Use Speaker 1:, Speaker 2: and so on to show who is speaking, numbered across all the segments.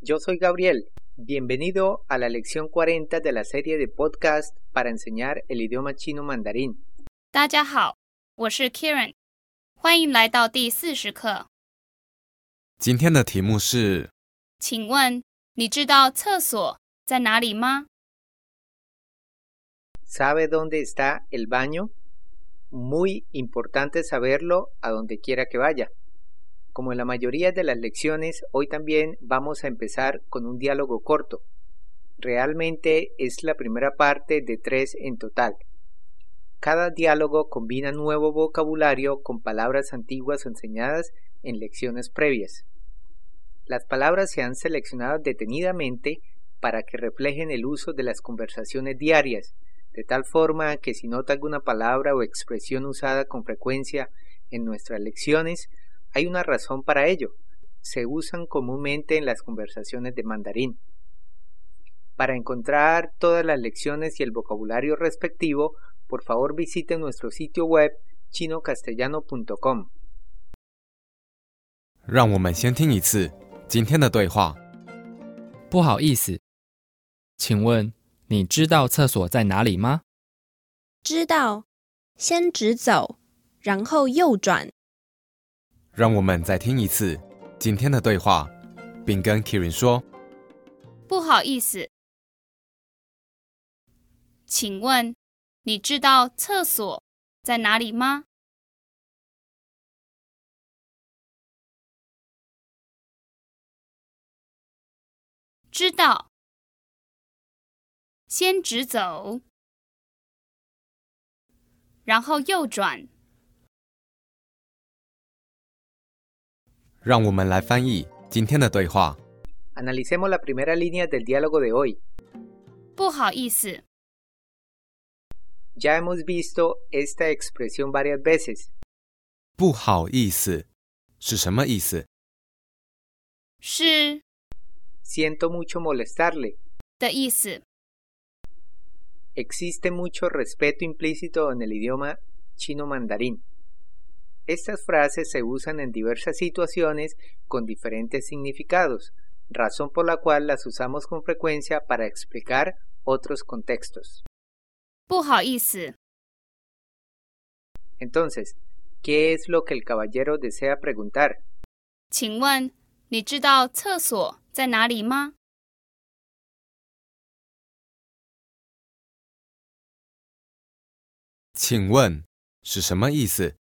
Speaker 1: Yo soy Gabriel. Bienvenido a la lección 40 de la serie de podcast para enseñar el idioma chino mandarín.
Speaker 2: 大家好，我是 Kieran，欢迎来到第四十课。
Speaker 3: 今天的题目是
Speaker 2: 请问你知道厕所在哪里吗？
Speaker 1: ¿Sabe dónde está el baño? Muy importante saberlo a donde quiera que vaya. Como en la mayoría de las lecciones, hoy también vamos a empezar con un diálogo corto. Realmente es la primera parte de tres en total. Cada diálogo combina nuevo vocabulario con palabras antiguas enseñadas en lecciones previas. Las palabras se han seleccionado detenidamente para que reflejen el uso de las conversaciones diarias, de tal forma que si nota alguna palabra o expresión usada con frecuencia en nuestras lecciones, hay una razón para ello. Se usan comúnmente en las conversaciones de mandarín. Para encontrar todas las lecciones y el vocabulario respectivo, por favor visite nuestro sitio web chinocastellano.com.
Speaker 3: 让我们先听一次今天的对话。
Speaker 4: 不好意思，请问你知道厕所在哪里吗？
Speaker 5: 知道，先直走，然后右转。
Speaker 3: 让我们再听一次今天的对话，并跟 Kirin 说。
Speaker 2: 不好意思，请问你知道厕所在哪里吗？知道，先直走，然后右转。
Speaker 3: 让我们来翻译今天的对话。
Speaker 1: Analicemos la primera línea del diálogo de hoy.
Speaker 2: 不好意思，
Speaker 1: Ya hemos visto esta expresión varias veces.
Speaker 3: 不好意思，是什么意思？
Speaker 2: 是
Speaker 1: Siento mucho molestarle.
Speaker 2: 的意思。
Speaker 1: Existe mucho respeto implícito en el idioma chino mandarín. Estas frases se usan en diversas situaciones con diferentes significados, razón por la cual las usamos con frecuencia para explicar otros contextos.
Speaker 2: 不好意思，
Speaker 1: Entonces, ¿qué es lo que el caballero desea preguntar?
Speaker 2: 请问你知道厕所在哪里吗？
Speaker 3: 请问是什么意思？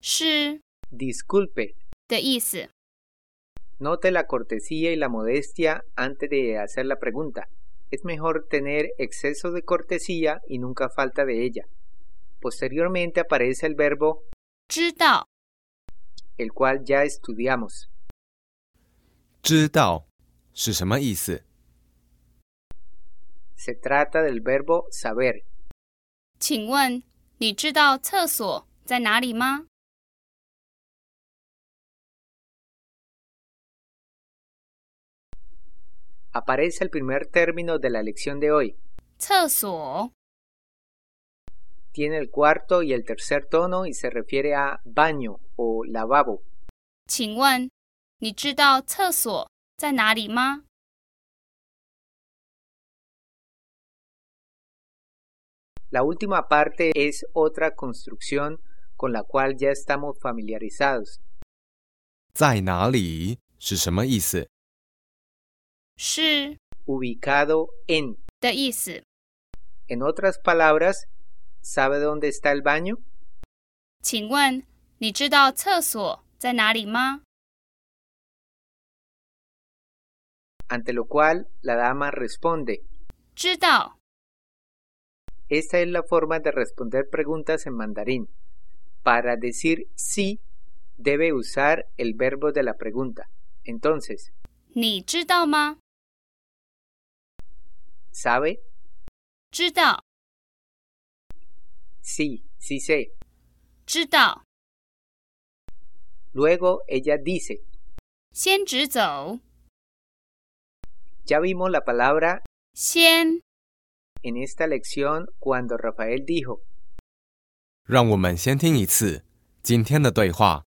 Speaker 2: 是
Speaker 1: Disculpe,
Speaker 2: 的意思。
Speaker 1: Note la cortesía y la modestia antes de hacer la pregunta. Es mejor tener exceso de cortesía y nunca falta de ella. Posteriormente aparece el verbo
Speaker 2: 知道，
Speaker 1: el cual ya estudiamos.
Speaker 3: 知道是什么意思？
Speaker 1: Se trata del verbo saber.
Speaker 2: 请问你知道厕所在哪里吗？
Speaker 1: Aparece el primer término de la lección de hoy.
Speaker 2: 厕所
Speaker 1: Tiene el cuarto y el tercer tono y se refiere a baño o lavabo.
Speaker 2: 请问你知道厕所在哪里吗？
Speaker 1: La última parte es otra construcción con la cual ya estamos familiarizados.
Speaker 3: 在哪里是什么意思？
Speaker 2: 是
Speaker 1: Ubicado en
Speaker 2: 的意思。
Speaker 1: En otras palabras, ¿sabe dónde está el baño?
Speaker 2: 请问你知道厕所在哪里吗？
Speaker 1: Ante lo cual la dama responde.
Speaker 2: 知道，
Speaker 1: Esta es la forma de responder preguntas en mandarín. Para decir sí, debe usar el verbo de la pregunta. Entonces,
Speaker 2: 你知道吗？
Speaker 1: ¿sabe?
Speaker 2: 知道，
Speaker 1: Sí, sí sé.
Speaker 2: 知道。
Speaker 1: Luego ella dice,
Speaker 2: 先直走，
Speaker 1: ya vimos la palabra
Speaker 2: 先
Speaker 1: en esta lección cuando Rafael dijo,
Speaker 3: 让我们先听一次今天的对话。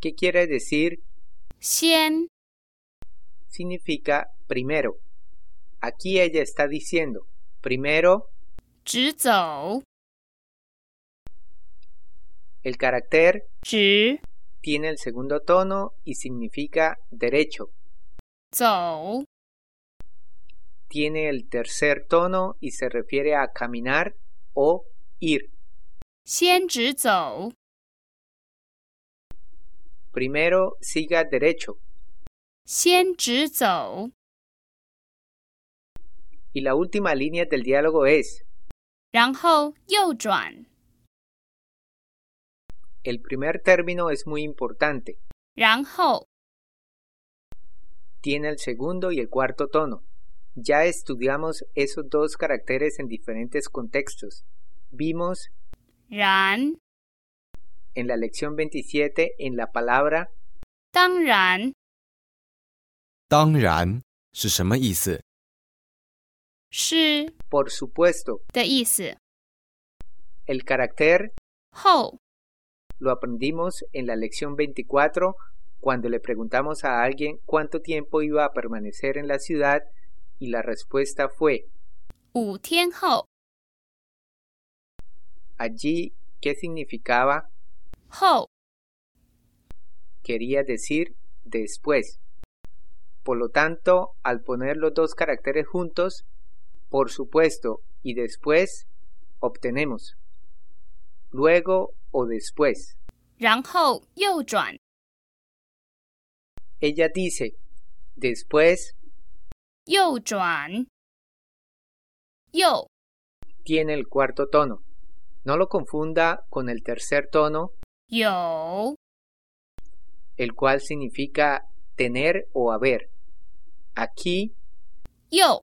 Speaker 1: que quiere decir
Speaker 2: 先
Speaker 1: significa primero. Aquí ella está diciendo, primero,
Speaker 2: 直走，
Speaker 1: el carácter
Speaker 2: 直
Speaker 1: tiene el segundo tono y significa derecho.
Speaker 2: 走，
Speaker 1: Tiene el tercer tono y se refiere a caminar o ir.
Speaker 2: 先直走，
Speaker 1: Primero, siga derecho.
Speaker 2: 先直走，
Speaker 1: Y la última línea del diálogo es,
Speaker 2: 然后右转，
Speaker 1: el primer término es muy importante.
Speaker 2: 然后
Speaker 1: Tiene el segundo y el cuarto tono. Ya estudiamos esos dos caracteres en diferentes contextos. Vimos
Speaker 2: 然
Speaker 1: en la lección 27 en la palabra
Speaker 2: 当然
Speaker 3: 当然是什么意思？
Speaker 2: 是
Speaker 1: por supuesto.
Speaker 2: 的意思，
Speaker 1: El carácter
Speaker 2: 后
Speaker 1: lo aprendimos en la lección 24 cuando le preguntamos a alguien cuánto tiempo iba a permanecer en la ciudad y la respuesta fue
Speaker 2: 五天后
Speaker 1: allí qué significaba
Speaker 2: 后
Speaker 1: quería decir después. Por lo tanto, al poner los dos caracteres juntos, por supuesto y después, obtenemos luego o después.
Speaker 2: 然后右转，
Speaker 1: Ella dice después
Speaker 2: 右转，右
Speaker 1: tiene el cuarto tono. No lo confunda con el tercer tono,
Speaker 2: 有
Speaker 1: el cual significa tener o haber. Aquí
Speaker 2: 右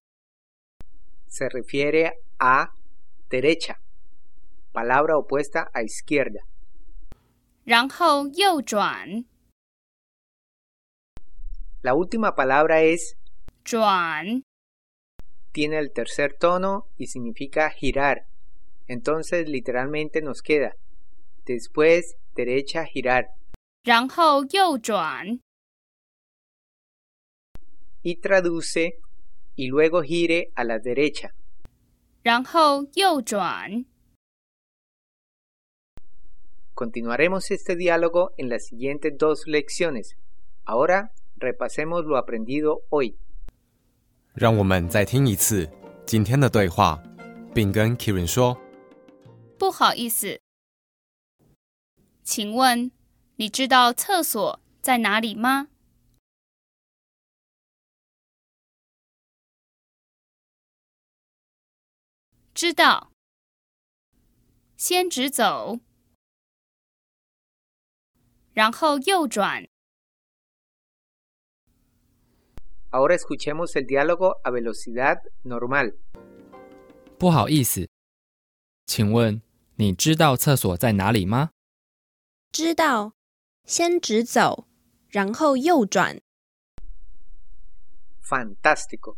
Speaker 1: se refiere a derecha, palabra opuesta a izquierda.
Speaker 2: 然后右转，
Speaker 1: La última palabra es
Speaker 2: 转
Speaker 1: tiene el tercer tono y significa girar. Entonces literalmente nos queda después derecha girar
Speaker 2: 然后右转，
Speaker 1: y traduce y luego gire a la derecha.
Speaker 2: 然后右转，
Speaker 1: Continuaremos este diálogo en las siguientes dos lecciones. Ahora repasemos lo aprendido hoy.
Speaker 3: 让我们再听一次今天的对话，并跟 Kirin 说
Speaker 2: 不好意思，请问你知道厕所在哪里吗？知道，先直走，然后右转。
Speaker 1: Ahora escuchemos el diálogo a velocidad normal.
Speaker 4: 不好意思，请问你知道厕所在哪里吗？
Speaker 5: 知道，先直走，然后右转。
Speaker 1: Fantástico.